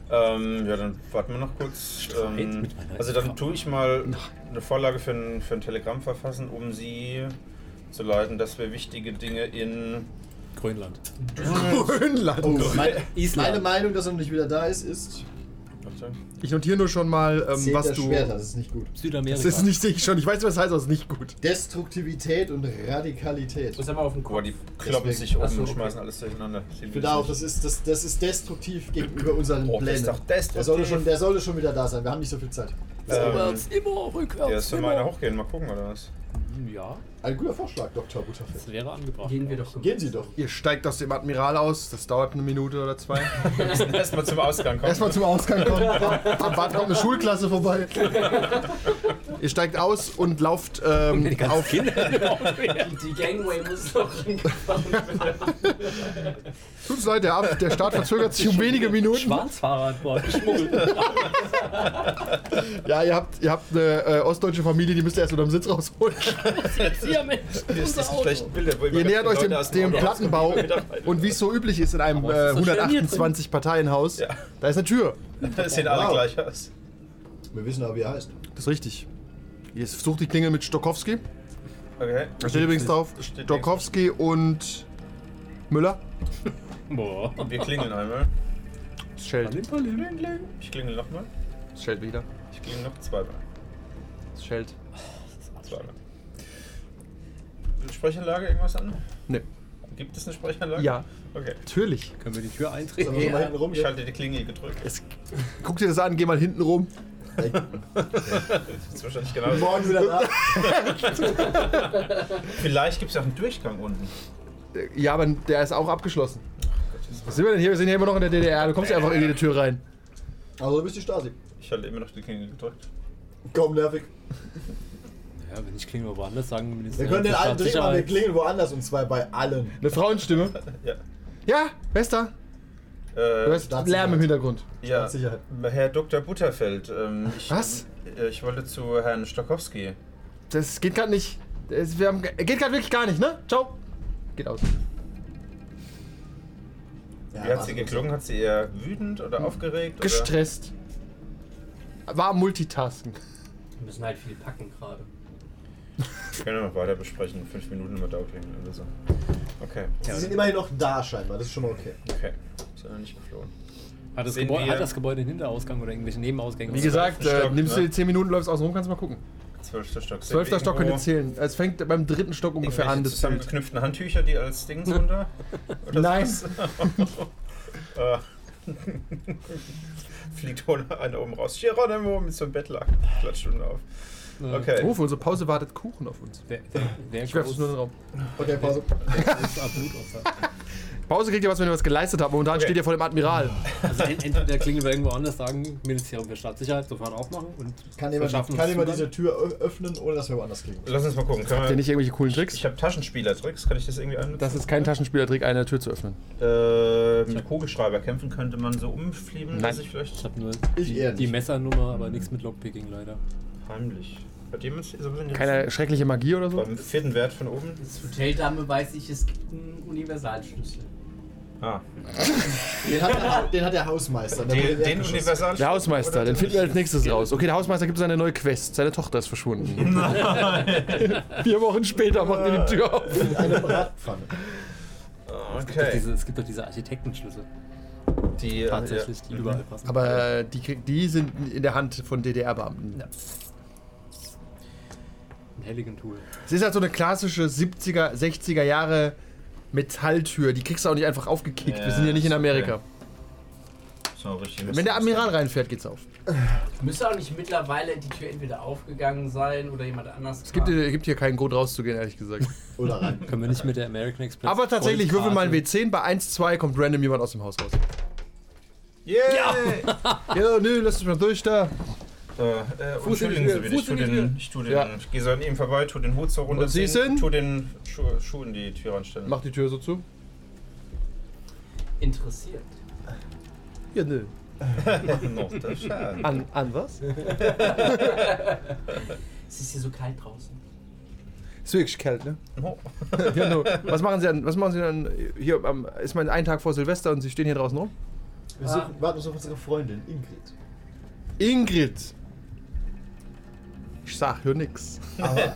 Speaker 5: Ähm, ja, dann warten wir noch kurz. Ähm,
Speaker 6: mit meiner
Speaker 5: also dann tue ich mal eine Vorlage für ein, für ein Telegramm verfassen, um sie zu leiten, dass wir wichtige Dinge in...
Speaker 6: Grönland.
Speaker 2: Grönland.
Speaker 4: Oh, mein,
Speaker 6: Island.
Speaker 4: meine Meinung, dass er noch nicht wieder da ist, ist.
Speaker 5: Warte.
Speaker 2: Ich notiere nur schon mal, ähm,
Speaker 4: Zählt
Speaker 2: was
Speaker 4: der
Speaker 2: du.
Speaker 4: Schwerter, das ist nicht gut.
Speaker 6: Südamerika.
Speaker 2: Das ist nicht sehe ich schon. Ich weiß, was heißt, aber es ist nicht gut.
Speaker 4: Destruktivität und Radikalität.
Speaker 3: Muss aber auf den Kopf.
Speaker 5: Boah, die kloppen
Speaker 4: Deswegen-
Speaker 5: sich um
Speaker 3: Ach so,
Speaker 5: und
Speaker 3: okay.
Speaker 5: schmeißen alles durcheinander. Sie
Speaker 4: Ich
Speaker 5: wissen
Speaker 4: finde auch,
Speaker 5: nicht.
Speaker 4: das ist, das, das ist destruktiv gegenüber unseren
Speaker 5: Oh, das
Speaker 4: Plänen.
Speaker 5: ist doch destruktiv.
Speaker 4: Der sollte, schon, der sollte schon wieder da sein, wir haben nicht so viel Zeit.
Speaker 5: ähm,
Speaker 6: immer rückwärts.
Speaker 5: ja, das soll mal einer hochgehen, mal gucken, oder was?
Speaker 6: Ja,
Speaker 4: Ein guter Vorschlag, Dr. Butterfeld.
Speaker 6: das wäre angebracht.
Speaker 3: Gehen wir doch
Speaker 4: Gehen Sie doch.
Speaker 2: Ihr steigt aus dem Admiral aus. Das dauert eine Minute oder zwei.
Speaker 5: Erstmal zum Ausgang kommen.
Speaker 2: Erstmal zum Ausgang kommen. Am Bad kommt eine Schulklasse vorbei. Ihr steigt aus und lauft ähm, auf.
Speaker 3: Die, die Gangway muss noch hingefahren werden.
Speaker 2: Tut's leid, der, Ab- der Start verzögert sich um wenige Minuten.
Speaker 6: Schwarzfahrrad worden geschmuggelt.
Speaker 2: Ja, ihr habt, ihr habt eine äh, ostdeutsche Familie, die müsst ihr erst unterm Sitz rausholen.
Speaker 6: Ja, Mensch,
Speaker 5: Das
Speaker 6: unser
Speaker 5: ist
Speaker 6: Auto.
Speaker 5: vielleicht ein Bild, wo immer
Speaker 2: Ihr
Speaker 5: ganz
Speaker 2: nähert
Speaker 5: viele
Speaker 2: euch dem,
Speaker 5: Leute aus
Speaker 2: dem
Speaker 5: Auto
Speaker 2: Plattenbau
Speaker 5: rauskommen, die Mitarbeiter.
Speaker 2: und wie es so üblich ist in einem
Speaker 6: Aber es
Speaker 2: äh,
Speaker 6: ist so schön hier drin.
Speaker 2: 128-Parteienhaus,
Speaker 5: Ja.
Speaker 2: da ist eine Tür.
Speaker 5: Das sehen alle
Speaker 4: Wow.
Speaker 5: gleich aus.
Speaker 4: Wir wissen aber, wie er heißt.
Speaker 2: Das ist richtig. Ihr sucht die Klingel mit Stokowski.
Speaker 5: Okay.
Speaker 2: Da steht übrigens drauf
Speaker 5: Steht
Speaker 2: Stokowski und Müller.
Speaker 6: Boah.
Speaker 5: Wir klingeln einmal.
Speaker 2: Das Schält.
Speaker 5: Ich klingel nochmal.
Speaker 2: Das Schält wieder.
Speaker 5: Ich klingel noch zweimal.
Speaker 2: Das Schält.
Speaker 5: Zweimal. Sprechanlage irgendwas an?
Speaker 2: Ne.
Speaker 5: Gibt es eine Sprechanlage?
Speaker 2: Ja,
Speaker 5: Okay.
Speaker 2: natürlich.
Speaker 6: Können wir die Tür
Speaker 4: Sollen
Speaker 6: eintreten?
Speaker 4: wir schon mal hinten rum?
Speaker 5: Ich halte die Klingel gedrückt.
Speaker 2: Es, guck dir das an, geh mal hinten rum.
Speaker 5: Das ist wahrscheinlich genau.
Speaker 4: Morgen wieder da.
Speaker 5: Vielleicht gibt es ja auch einen Durchgang unten.
Speaker 2: Äh, Ja, aber der ist auch abgeschlossen. Was sind wir denn hier? Wir sind ja immer noch in der DDR. Du kommst ja einfach in jede Tür rein.
Speaker 4: Also du bist die Stasi.
Speaker 5: Ich hatte immer noch die Klinge gedrückt.
Speaker 4: Komm, nervig.
Speaker 6: Ja, wenn ich klinge woanders sagen, mindestens.
Speaker 4: Wir können den alten Trick machen, wir klingeln woanders und zwar bei allen.
Speaker 2: Eine Frauenstimme.
Speaker 5: Ja.
Speaker 2: Ja, Bester. Du
Speaker 5: Äh,
Speaker 2: hörst Lärm im Hintergrund.
Speaker 5: ja.
Speaker 4: mit Sicherheit.
Speaker 5: Herr Dr. Butterfeld, ähm, ich,
Speaker 2: Was?
Speaker 5: Äh, ich wollte zu Herrn Stokowski.
Speaker 2: Das geht gerade nicht. Es- wir haben, geht gerade wirklich gar nicht, ne? Ciao. Geht aus.
Speaker 4: Ja,
Speaker 5: Wie hat sie
Speaker 4: Wahnsinn.
Speaker 5: geklungen? Hat sie eher wütend oder aufgeregt? Oder?
Speaker 2: Hm. Gestresst. War am Multitasken.
Speaker 3: Wir müssen halt viel packen gerade.
Speaker 5: Können wir noch weiter besprechen. Fünf Minuten immer dauert irgendwie oder so. Okay,
Speaker 4: Sie sind immerhin noch da scheinbar, das ist schon mal okay.
Speaker 5: okay. Ist ja noch nicht geflohen.
Speaker 6: Hat das,
Speaker 5: Sehen
Speaker 6: Gebäude,
Speaker 5: wir-
Speaker 6: hat das Gebäude einen Hinterausgang oder irgendwelche Nebenausgänge? Also
Speaker 2: Wie gesagt,
Speaker 5: Zwölfter
Speaker 2: äh,
Speaker 5: Stock,
Speaker 2: nimmst du
Speaker 5: ne?
Speaker 2: die 10 Minuten, läufst außen rum, kannst mal gucken.
Speaker 5: Zwölfter Stock. Sind
Speaker 2: Zwölfter
Speaker 5: wir
Speaker 2: Stock
Speaker 5: irgendwo
Speaker 2: könnte zählen. Es fängt beim dritten Stock ungefähr
Speaker 5: irgendwelche
Speaker 2: an, das Bild.
Speaker 5: zusammengeknüpften Handtücher, die als Dings runter? Oder
Speaker 2: Nein.
Speaker 5: sowas? Äh, Fliegt ohne einer oben raus. Geronimo mit so einem Bettlaken. Klatscht unten auf. Okay.
Speaker 2: Oh, für unsere Pause wartet Kuchen auf uns.
Speaker 6: Wer, wer, wer
Speaker 2: Ich werfe es nur in den Raum.
Speaker 4: Okay, Pause.
Speaker 6: groß am Blutopfer?
Speaker 2: Pause kriegt ihr was, wenn ihr was geleistet habt. Momentan
Speaker 5: Okay.
Speaker 2: steht ihr vor dem Admiral.
Speaker 6: Also en- entweder klingeln wir irgendwo anders, sagen Ministerium für Staatssicherheit, sofort aufmachen und
Speaker 4: Kann jemand,
Speaker 6: verschaffen
Speaker 4: kann
Speaker 6: uns
Speaker 4: jemand diese
Speaker 6: Zugang.
Speaker 4: Tür ö- öffnen, ohne dass wir woanders klingen?
Speaker 5: Lass uns mal gucken. Können
Speaker 2: Habt
Speaker 5: wir-
Speaker 2: ihr nicht irgendwelche coolen Tricks?
Speaker 5: Ich habe Taschenspielertricks. Kann ich das irgendwie annutzen?
Speaker 2: Das ist kein Taschenspielertrick, eine Tür zu öffnen.
Speaker 5: Äh, mit Kugelschreiber kämpfen könnte man so umflieben, dass
Speaker 2: Nein.
Speaker 5: ich vielleicht
Speaker 6: Ich habe nur
Speaker 4: Ich
Speaker 6: die,
Speaker 4: eher
Speaker 6: die
Speaker 4: nicht.
Speaker 6: Messernummer, aber nichts mit Lockpicking leider.
Speaker 5: heimlich. Hat jemand sowas in den-
Speaker 2: Keine schreckliche Magie oder so?
Speaker 5: Beim vierten Wert von oben?
Speaker 3: Als Hoteldame weiß ich, es gibt einen Universalschlüssel.
Speaker 5: Ah,
Speaker 4: Den hat, der- den hat der Hausmeister. Der wurde
Speaker 5: den, den
Speaker 4: weggeschossen.
Speaker 5: Universal.
Speaker 2: Der Hausmeister,
Speaker 5: Oder
Speaker 2: den finden wir als
Speaker 5: nicht?
Speaker 2: nächstes raus. Okay, der Hausmeister gibt seine neue Quest. Seine Tochter ist verschwunden. Vier Wochen später macht er die Tür auf.
Speaker 4: Eine Bratpfanne.
Speaker 6: Doch
Speaker 5: Okay.
Speaker 6: Diese, es gibt doch diese Architektenschlüssel,
Speaker 5: Die, äh,
Speaker 6: tatsächlich, die
Speaker 5: ja.
Speaker 6: überall passen.
Speaker 2: Mhm. Aber äh, die, krieg- die sind in der Hand von DDR-Beamten.
Speaker 6: ein Heiligen-Tool.
Speaker 2: Es ist halt so eine klassische 70er, 60er Jahre Metalltür. Die kriegst du auch nicht einfach aufgekickt. Wir sind ja nicht in
Speaker 5: Ja,
Speaker 2: Amerika.
Speaker 5: okay. So, richtig.
Speaker 2: Wenn der Admiral reinfährt, geht's auf.
Speaker 3: Müsste auch nicht mittlerweile die Tür entweder aufgegangen sein oder jemand anders.
Speaker 2: Es gibt, hier- gibt hier keinen Grund rauszugehen, ehrlich gesagt.
Speaker 4: Oder rein.
Speaker 6: Können wir nicht mit der American Express.
Speaker 2: Aber tatsächlich, würfel mal ein W10. Bei 1, 2 kommt random jemand aus dem Haus raus.
Speaker 5: Yeah!
Speaker 2: Ja, nö, lass mich mal durch da.
Speaker 5: Äh, äh,
Speaker 6: Fuß in die
Speaker 5: entschuldigen
Speaker 6: Tür,
Speaker 5: Sie bitte, ich
Speaker 6: Fuß in
Speaker 5: tu
Speaker 6: die
Speaker 5: den, ich tu den,
Speaker 2: Ja.
Speaker 5: ich gehe so an ihm vorbei, tu den Hut so runter,
Speaker 2: Und Sie
Speaker 5: zieh ihn,
Speaker 2: sind?
Speaker 5: tu den Schuh, Schuh in die Tür anstellen.
Speaker 2: Mach die Tür so zu.
Speaker 3: interessiert.
Speaker 2: Ja, nö.
Speaker 5: noch, das ja.
Speaker 2: An, an was?
Speaker 3: Es ist hier so kalt draußen.
Speaker 2: Ist wirklich kalt, ne?
Speaker 5: Oh.
Speaker 2: Ja, nö. Was machen Sie denn? Was machen Sie denn hier? Am, ist mein ein Tag vor Silvester und Sie stehen hier draußen rum?
Speaker 5: Ah.
Speaker 4: Wir suchen, warten uns auf unsere Freundin, Ingrid.
Speaker 2: Ingrid! Ich sag hier nix.
Speaker 4: Aber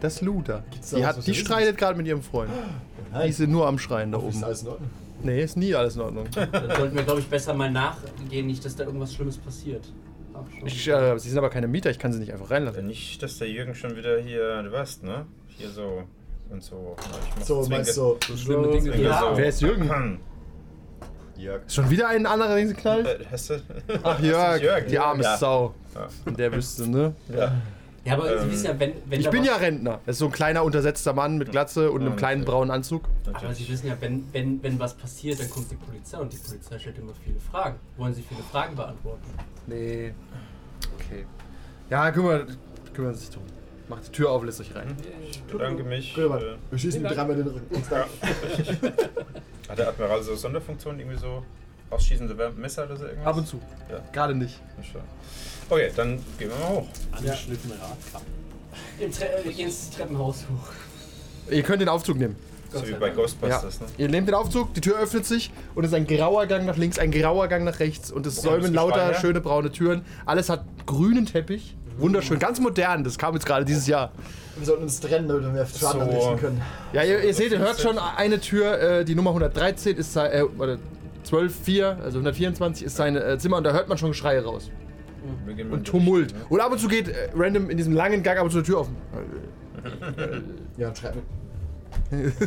Speaker 2: Das Luder.
Speaker 4: Gibt's da
Speaker 2: Die,
Speaker 4: was,
Speaker 2: hat,
Speaker 4: was
Speaker 2: die
Speaker 4: wir wissen
Speaker 2: streitet gerade mit ihrem Freund. Die
Speaker 4: nein,
Speaker 2: ist nur am Schreien da
Speaker 4: ist
Speaker 2: oben.
Speaker 4: alles in Ordnung.
Speaker 2: Nee, ist nie alles in Ordnung.
Speaker 3: Dann sollten wir, glaube ich, besser mal nachgehen, nicht, dass da irgendwas Schlimmes passiert. Hab schon.
Speaker 2: Ich, äh, sie sind aber keine Mieter, ich kann sie nicht einfach
Speaker 5: Äh,
Speaker 2: reinlassen.
Speaker 5: Nicht, dass der Jürgen schon wieder hier, du weißt, ne? Hier so und so. Na, ich mach
Speaker 4: So, meinst du,
Speaker 6: So schlimme Dinge. also,
Speaker 5: Zwinge
Speaker 3: Ja.
Speaker 5: so.
Speaker 2: Wer ist Jürgen?
Speaker 5: Hm.
Speaker 4: Jörg.
Speaker 2: Ist schon wieder ein anderer, den sie knallt?
Speaker 5: Äh, hast du?
Speaker 2: Ach, Jörg,
Speaker 5: Jörg.
Speaker 2: die arme
Speaker 5: Ja.
Speaker 2: Sau.
Speaker 5: Ja.
Speaker 2: Und der wüsste, ne?
Speaker 5: Ja.
Speaker 3: Ja, aber
Speaker 5: Ähm,
Speaker 3: Sie wissen ja, wenn, wenn
Speaker 2: Ich
Speaker 3: da
Speaker 2: bin
Speaker 3: was,
Speaker 2: ja Rentner. Das ist so ein kleiner, untersetzter Mann mit Glatze und einem
Speaker 5: Ja,
Speaker 2: kleinen
Speaker 5: okay.
Speaker 2: braunen Anzug.
Speaker 3: Aber Sie
Speaker 5: Natürlich.
Speaker 3: wissen ja, wenn, wenn, wenn was passiert, dann kommt die Polizei und die Polizei stellt immer viele Fragen. Wollen Sie viele Fragen beantworten?
Speaker 2: Nee. Okay. Ja, kümmern, kümmern Sie sich drum. Macht die Tür auf, lässt euch rein.
Speaker 5: Ich bedanke mich.
Speaker 4: Guter
Speaker 5: Äh,
Speaker 4: Mann, wir schießen ihm dreimal den Rücken.
Speaker 5: ja. Hat der Admiral so Sonderfunktionen, irgendwie so ausschießende Wer- Messer oder so irgendwas?
Speaker 2: Ab und zu.
Speaker 5: Ja.
Speaker 2: Gerade nicht.
Speaker 5: Na schön. Okay, dann gehen wir mal hoch.
Speaker 6: Angeschliffen Radkappen.
Speaker 3: Im Tre äh, wir gehen ins Treppenhaus hoch.
Speaker 2: Ihr könnt den Aufzug nehmen.
Speaker 5: So wie bei Ghostbusters, ne?
Speaker 2: Ihr nehmt den Aufzug, die Tür öffnet sich und es ist ein grauer Gang nach links, ein grauer Gang nach rechts und es
Speaker 5: Wo kommt
Speaker 2: säumen
Speaker 5: das
Speaker 2: lauter
Speaker 5: Geschrei her?
Speaker 2: schöne braune Türen. Alles hat grünen Teppich. Wunderschön, ganz modern. Das kam jetzt gerade dieses Jahr.
Speaker 4: Wir sollten uns trennen, damit wir Schaden
Speaker 5: So.
Speaker 4: anrichten können.
Speaker 2: Ja, ihr, ihr seht, ihr hört
Speaker 5: 15.
Speaker 2: schon eine Tür, äh, die Nummer 113 ist sein, äh, oder 12, 4, also 124 ist sein äh, Zimmer und da hört man schon Geschreie raus.
Speaker 5: Wir gehen mal
Speaker 2: Und
Speaker 5: durch.
Speaker 2: Tumult. Und ab und zu geht äh, random in diesem langen Gang ab und zu eine Tür offen.
Speaker 4: Ja, und schreib mit.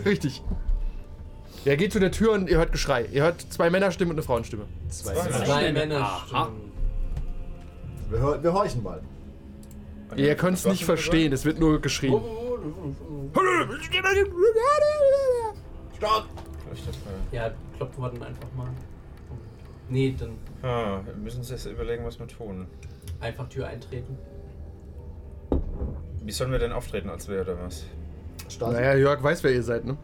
Speaker 2: Richtig. Er geht zu der Tür und ihr hört Geschrei. Ihr hört zwei Männerstimmen und eine Frauenstimme.
Speaker 4: Zwei.
Speaker 5: Zwei.
Speaker 3: Zwei
Speaker 6: Stimmen.
Speaker 3: Männer.
Speaker 6: Aha.
Speaker 3: stimmen.
Speaker 4: Wir, hör, wir horchen mal.
Speaker 5: Hat
Speaker 2: Ihr
Speaker 5: jemand
Speaker 2: könnt es
Speaker 5: Waffen
Speaker 2: nicht verstehen, es wird nur geschrien.
Speaker 5: dabei? euch dafür?
Speaker 3: Ja, gekloppt worden einfach mal. Nee, dann
Speaker 5: Ah, wir müssen uns jetzt überlegen, was wir tun.
Speaker 3: einfach Tür eintreten.
Speaker 5: Wie sollen wir denn auftreten als wir oder was?
Speaker 4: Stasi.
Speaker 2: Naja, Jörg weiß, wer ihr seid, ne?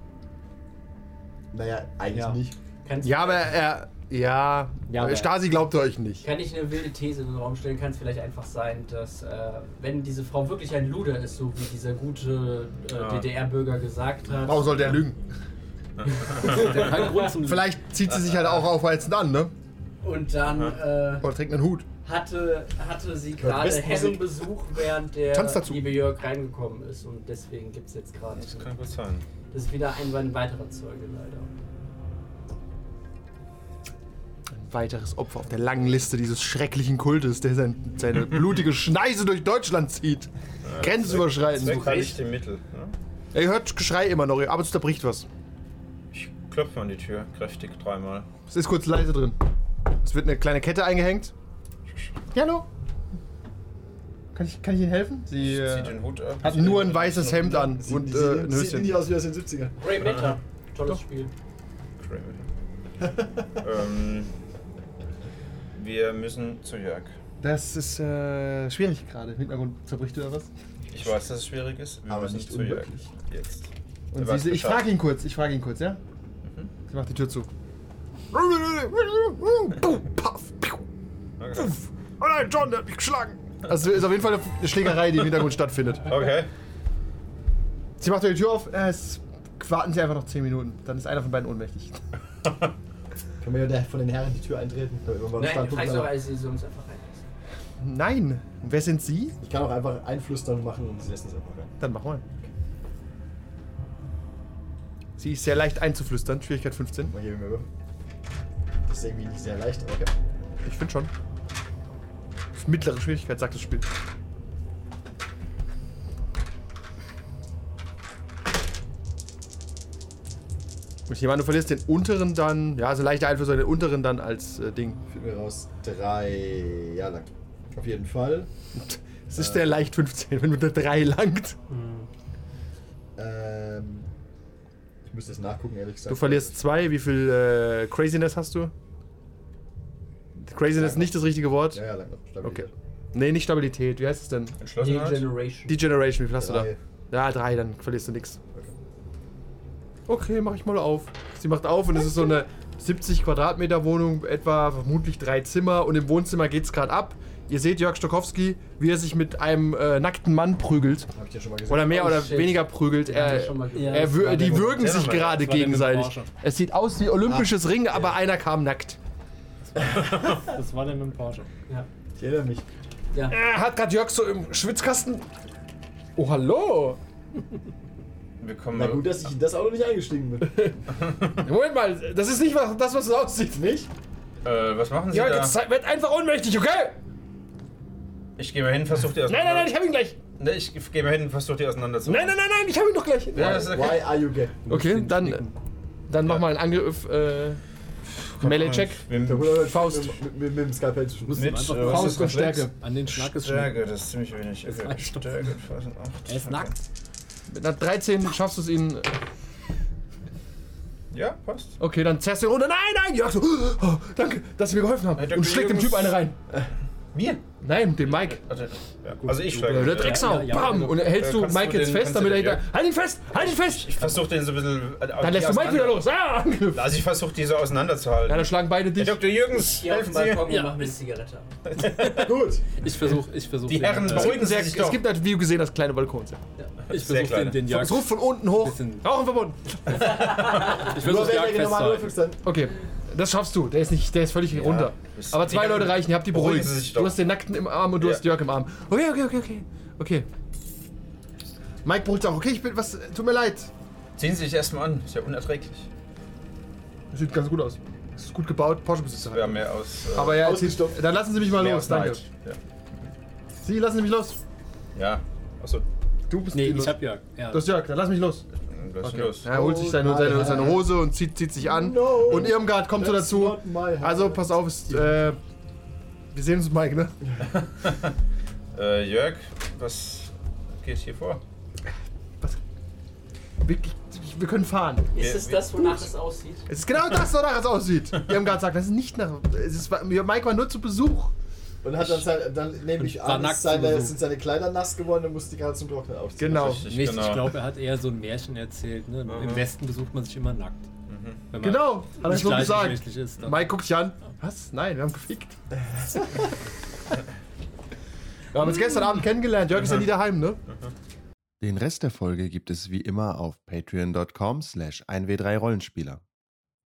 Speaker 4: Naja, eigentlich
Speaker 6: Ja.
Speaker 4: nicht.
Speaker 3: Kannst
Speaker 2: Ja, aber er. Ja,
Speaker 6: Ja, aber-
Speaker 2: Stasi glaubt euch nicht.
Speaker 3: Kann ich eine wilde These in den Raum stellen? Kann es vielleicht einfach sein, dass, äh, wenn diese Frau wirklich ein Luder ist, so wie dieser gute äh,
Speaker 5: Ah.
Speaker 3: DDR-Bürger gesagt hat.
Speaker 2: Warum sollte er lügen?
Speaker 6: Kein Grund zum
Speaker 2: Vielleicht zieht sie sich halt auch aufheizend an, ne?
Speaker 3: Und dann äh,
Speaker 2: Oder trägt einen Hut.
Speaker 3: hatte, hatte sie
Speaker 4: Hört
Speaker 3: gerade
Speaker 4: Westmusik.
Speaker 3: Herrenbesuch, während der
Speaker 2: Tanz dazu.
Speaker 3: liebe Jörg reingekommen ist. Und deswegen gibt es jetzt gerade.
Speaker 5: Das kann gut sein.
Speaker 3: Das ist wieder ein, ein weiterer Zeuge, leider.
Speaker 2: Ein weiteres Opfer auf der langen Liste dieses schrecklichen Kultes, der sein, seine blutige Schneise durch Deutschland zieht. Grenzüberschreitend.
Speaker 5: Zweckreich die Mittel. Ne?
Speaker 2: Ihr hört Geschrei immer noch, aber es zerbricht was.
Speaker 5: Ich klopfe an die Tür, kräftig dreimal.
Speaker 2: Es ist kurz leise drin. Es wird eine kleine Kette eingehängt. Ja, hallo? Kann ich, kann ich Ihnen helfen? Sie
Speaker 5: Ich zieh
Speaker 2: äh,
Speaker 5: den Hut ab.
Speaker 2: hat nur ein weißes Hemd an
Speaker 4: Sie,
Speaker 2: und
Speaker 4: die
Speaker 2: äh, ein
Speaker 4: sehen, sehen
Speaker 2: Höschen.
Speaker 4: nicht aus wie aus den 70ern.
Speaker 3: Grey Matter. Tolles Spiel.
Speaker 5: Criminal. ähm, wir müssen zu Jörg.
Speaker 2: Das ist äh, schwierig gerade. Im Hintergrund zerbricht oder was?
Speaker 5: Ich weiß, dass es schwierig ist. Wir
Speaker 4: Aber
Speaker 5: müssen
Speaker 4: nicht
Speaker 5: zu Jörg.
Speaker 4: unmöglich.
Speaker 5: Jetzt.
Speaker 2: Und
Speaker 5: Er weiß
Speaker 2: sie, ich
Speaker 5: Bescheid.
Speaker 2: frage ihn kurz, ich frage ihn kurz, ja? Sie macht die Tür zu. Boom, puff, piu.
Speaker 5: Okay.
Speaker 2: Oh nein, John, der hat mich geschlagen. Also ist auf jeden Fall eine Schlägerei, die im Hintergrund stattfindet.
Speaker 5: okay.
Speaker 2: Sie macht die Tür auf, äh, es, warten Sie einfach noch 10 Minuten, dann ist einer von beiden ohnmächtig.
Speaker 4: Können wir ja der- von den Herren die Tür eintreten? damit wir mal
Speaker 3: Nein,
Speaker 4: Stand
Speaker 3: du fragst
Speaker 4: gucken,
Speaker 3: doch,
Speaker 4: aber
Speaker 3: als sie sonst einfach reinlässt.
Speaker 2: Nein, wer sind Sie?
Speaker 4: Ich kann auch einfach einflüstern machen und sie lassen es einfach rein.
Speaker 2: Dann mach mal. Sie ist sehr leicht einzuflüstern, Schwierigkeit 15.
Speaker 4: Mal hier mir über. Das ist irgendwie nicht sehr leicht, aber okay.
Speaker 2: Ich finde schon. Mittlere Schwierigkeit, sagt das Spiel. Und ich nehme an, du verlierst den unteren dann, ja, also leichter Einfluss, den unteren dann als äh, Ding.
Speaker 4: Finden wir raus. Drei Jahre lang. Auf jeden Fall.
Speaker 2: Es ist sehr leicht 15, wenn man da 3 langt.
Speaker 4: Ähm, ich müsste jetzt nachgucken, ehrlich gesagt.
Speaker 2: Du verlierst 2, wie viel äh, Craziness hast du? Craziness ist nicht das richtige Wort.
Speaker 4: Ja, ja, lang noch.
Speaker 2: Okay.
Speaker 4: Stabilität.
Speaker 2: Nee, nicht Stabilität, wie heißt es denn?
Speaker 5: Entschlossenheit.
Speaker 3: Degeneration.
Speaker 2: Degeneration, wie viel hast
Speaker 4: Drei.
Speaker 2: du da? Ja, drei, dann verlierst du nichts. Okay, mach ich mal auf. Sie macht auf und es ist so eine 70 Quadratmeter Wohnung, etwa vermutlich drei Zimmer und im Wohnzimmer geht's gerade ab. Ihr seht Jörg Stokowski, wie er sich mit einem äh, nackten Mann prügelt.
Speaker 4: Hab ich ja schon mal gesagt.
Speaker 2: Oder mehr
Speaker 3: Oh,
Speaker 2: oder
Speaker 3: shit.
Speaker 2: weniger prügelt.
Speaker 3: Haben wir
Speaker 2: Er,
Speaker 3: schon mal
Speaker 6: Ja.
Speaker 3: gehört.
Speaker 2: er, wür- die würgen
Speaker 5: der
Speaker 2: sich
Speaker 5: mit-
Speaker 2: gerade
Speaker 6: der mit dem
Speaker 2: gegenseitig.
Speaker 6: Porsche.
Speaker 2: Es sieht aus wie olympisches Ring, aber einer kam nackt.
Speaker 6: Das war der mit dem Porsche.
Speaker 3: Ja.
Speaker 4: Ich erinnere mich.
Speaker 3: ja.
Speaker 2: Er Äh, hat gerade Jörg so im Schwitzkasten. Oh, hallo!
Speaker 5: Wir kommen
Speaker 4: Na gut, dass ich in das Auto nicht eingestiegen bin.
Speaker 2: Moment mal, das ist nicht was- das, was es aussieht.
Speaker 4: Nicht?
Speaker 5: Äh, was machen Sie
Speaker 2: Ja,
Speaker 5: da?
Speaker 2: jetzt seid- werd einfach ohnmächtig, okay?
Speaker 5: Ich gehe mal hin, versuch die
Speaker 2: Nein,
Speaker 5: auseinander.
Speaker 2: nein, nein, ich hab ihn gleich.
Speaker 5: Nee, ich gehe mal hin und versuch die auseinander zu
Speaker 2: Nein, nein, nein, nein, ich hab ihn doch gleich.
Speaker 5: Ja, das ist okay.
Speaker 4: Why are you gay?
Speaker 2: Okay, dann, dann mach
Speaker 5: Ja.
Speaker 2: mal einen Angriff, äh, Melee-Check.
Speaker 4: Der
Speaker 5: Mit,
Speaker 4: Bruder mit
Speaker 2: Faust.
Speaker 4: Mit, mit, mit dem Skalpell zu schießen.
Speaker 5: mit
Speaker 6: Einfach
Speaker 5: äh, was
Speaker 2: Faust
Speaker 5: ist
Speaker 2: und
Speaker 5: das?
Speaker 2: Stärke.
Speaker 5: Reflex?
Speaker 6: An den Schlag ist schon.
Speaker 5: Stärke, das ist ziemlich wenig. Okay,
Speaker 6: reicht doch.
Speaker 5: Stärke, 5 und 8.
Speaker 6: Er ist nackt.
Speaker 2: Mit einer 13 schaffst du es ihn. äh,
Speaker 5: Ja, passt.
Speaker 2: Okay, dann zerrst du ihn runter. Nein, nein, Jörg so. Oh, danke, dass Sie mir geholfen
Speaker 5: Nein,
Speaker 2: haben.
Speaker 5: der
Speaker 2: Und schlägt dem
Speaker 5: Kollege
Speaker 2: Typ eine
Speaker 5: muss-
Speaker 2: rein.
Speaker 5: Mir?
Speaker 2: Nein, dem Mike.
Speaker 5: Also, ja. also ich
Speaker 2: Äh,
Speaker 5: steige.
Speaker 2: Der Drecksau.
Speaker 6: Ja, ja,
Speaker 2: Bam.
Speaker 6: ja.
Speaker 2: Und hältst
Speaker 5: Äh,
Speaker 2: du
Speaker 5: kannst
Speaker 2: Mike
Speaker 5: du
Speaker 2: jetzt
Speaker 5: den-
Speaker 2: fest,
Speaker 5: kannst
Speaker 2: damit
Speaker 5: du
Speaker 2: er
Speaker 5: den-
Speaker 2: hinter. Halt ihn fest! Halt ihn fest!
Speaker 5: Ich versuche den so ein bisschen.
Speaker 2: Dann lässt du Mike wieder los. Ah, Angriff.
Speaker 5: Also ich versuche diese auseinanderzuhalten.
Speaker 2: Ja, dann schlagen beide dich.
Speaker 5: Herr Dr. Jürgens,
Speaker 3: Hier auf dem
Speaker 5: helfen Sie.
Speaker 3: Balkon und machen wir eine Zigarette. an.
Speaker 4: Gut.
Speaker 6: Ich versuche, ich versuche.
Speaker 5: Die Herren beruhigen
Speaker 2: Sehr,
Speaker 5: sich
Speaker 2: es
Speaker 5: doch.
Speaker 2: gibt halt, wie gesehen, das kleine Balkon.
Speaker 6: Ich
Speaker 5: Sehr
Speaker 6: versuche
Speaker 5: kleine.
Speaker 6: den, den Jörg.
Speaker 2: Es ruft von unten hoch.
Speaker 6: Bisschen-
Speaker 2: Rauchen verboten.
Speaker 6: Ich
Speaker 4: Nur
Speaker 6: versuche
Speaker 4: wenn
Speaker 6: Jörg
Speaker 4: der normal
Speaker 6: festzuhalten.
Speaker 4: würfelst, dann.
Speaker 2: Okay, das schaffst du. Der ist nicht, der ist völlig runter.
Speaker 5: Das-
Speaker 2: Aber zwei
Speaker 5: die-
Speaker 2: Leute reichen. Ihr habt die
Speaker 5: Beruhigen
Speaker 2: beruhigt.
Speaker 5: Sie sich
Speaker 2: Du
Speaker 5: doch.
Speaker 2: hast den Nackten im Arm und du
Speaker 5: Ja.
Speaker 2: hast Jörg im Arm. Okay, okay, okay, okay. Okay. Mike brüllt auch. Okay, ich bin. Was? Tut mir leid.
Speaker 5: Ziehen Sie sich erstmal an, ist ja unerträglich.
Speaker 2: Sieht ganz gut aus. Ist gut gebaut. Porsche-Besitzer.
Speaker 5: Wir haben mehr aus. Äh,
Speaker 2: Aber ja,
Speaker 4: Ausgestopft.
Speaker 2: zieht- dann lassen Sie mich mal
Speaker 5: mehr
Speaker 2: los.
Speaker 5: aus
Speaker 2: Danke.
Speaker 5: Neid.
Speaker 2: Sie lassen Sie mich los.
Speaker 5: Ja. ja. Achso,
Speaker 2: Du bist
Speaker 6: Nee,
Speaker 2: die los.
Speaker 6: ich hab Jörg. Ja.
Speaker 2: Du hast Jörg. Dann lass mich los.
Speaker 5: was ist los?
Speaker 2: Er holt sich seine,
Speaker 4: Oh
Speaker 2: seine,
Speaker 4: nein.
Speaker 2: seine Hose und zieht, zieht sich an.
Speaker 4: No,
Speaker 2: und Irmgard kommt so
Speaker 4: that's
Speaker 2: dazu.
Speaker 4: not my house.
Speaker 2: Also, pass auf, ist, äh, wir sehen uns, Mike, ne?
Speaker 5: Äh, Jörg, was geht hier vor?
Speaker 2: Was? Wirklich, ich wir können fahren.
Speaker 3: Ist es das, wonach es aussieht?
Speaker 2: Es ist genau das, wonach es aussieht. Wir haben gerade gesagt, das ist nicht nach. Es ist, Mike war nur zu Besuch.
Speaker 4: Und hat dann, sein, dann nehme ich
Speaker 6: Und war
Speaker 4: an,
Speaker 6: nackt
Speaker 4: ist seine,
Speaker 6: sowieso.
Speaker 4: sind seine Kleider nass geworden und musste die gerade zum Trocknen aufziehen.
Speaker 2: Genau. Mhm.
Speaker 5: Richtig,
Speaker 6: Nicht,
Speaker 5: genau.
Speaker 6: ich glaube, er hat eher so ein Märchen erzählt. Ne? Im Westen besucht man sich immer nackt. Wenn man
Speaker 2: Genau, hat er
Speaker 6: nicht
Speaker 2: so gesagt.
Speaker 6: gleichgeschlechtlich Ist, dann-
Speaker 2: Mike guckt sich an. Was? Nein, wir haben gefickt. Wir haben uns gestern Abend kennengelernt. Jörg ist ja nie daheim, ne?
Speaker 7: Den Rest der Folge gibt es wie immer auf patreon.com slash 1w3rollenspieler.